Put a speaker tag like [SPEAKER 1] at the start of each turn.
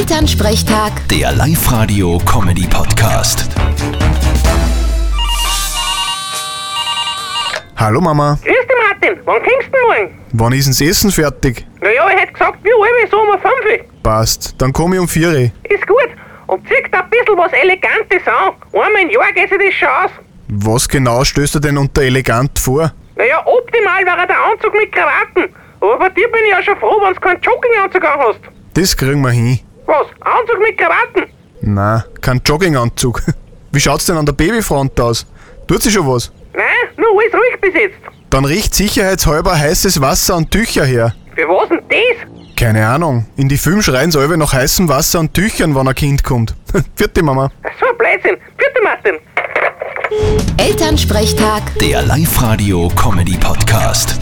[SPEAKER 1] Elternsprechtag,
[SPEAKER 2] Der Live-Radio-Comedy-Podcast.
[SPEAKER 3] Hallo Mama,
[SPEAKER 4] Grüß dich, Martin. Wann kommst du denn morgen?
[SPEAKER 3] wann ist denn das Essen fertig?
[SPEAKER 4] Naja, ich hätte gesagt, wir alle so um 5
[SPEAKER 3] Passt, dann komm ich um 4 Uhr.
[SPEAKER 4] Ist gut. Und zieht ein bisschen was Elegantes an. Einmal im Jahr geht sich das schon aus.
[SPEAKER 3] Was genau stößt er denn unter elegant vor?
[SPEAKER 4] Naja, optimal wäre der Anzug mit Krawatten. Aber bei dir bin ich ja schon froh, wenn du keinen Jogginganzug an hast.
[SPEAKER 3] Das kriegen wir hin.
[SPEAKER 4] Was? Anzug mit Krawatten?
[SPEAKER 3] Na, kein Jogginganzug. Wie schaut's denn an der Babyfront aus? Tut sie schon was?
[SPEAKER 4] Nein, nur alles ruhig bis jetzt.
[SPEAKER 3] Dann riecht sicherheitshalber heißes Wasser und Tücher her.
[SPEAKER 4] Für was denn das?
[SPEAKER 3] Keine Ahnung, in die Film schreien sie alle nach heißem Wasser und Tüchern, wann ein Kind kommt. Vierte Mama.
[SPEAKER 4] So ein Blödsinn. Bitte, Martin.
[SPEAKER 1] Elternsprechtag.
[SPEAKER 2] Der Live-Radio-Comedy-Podcast.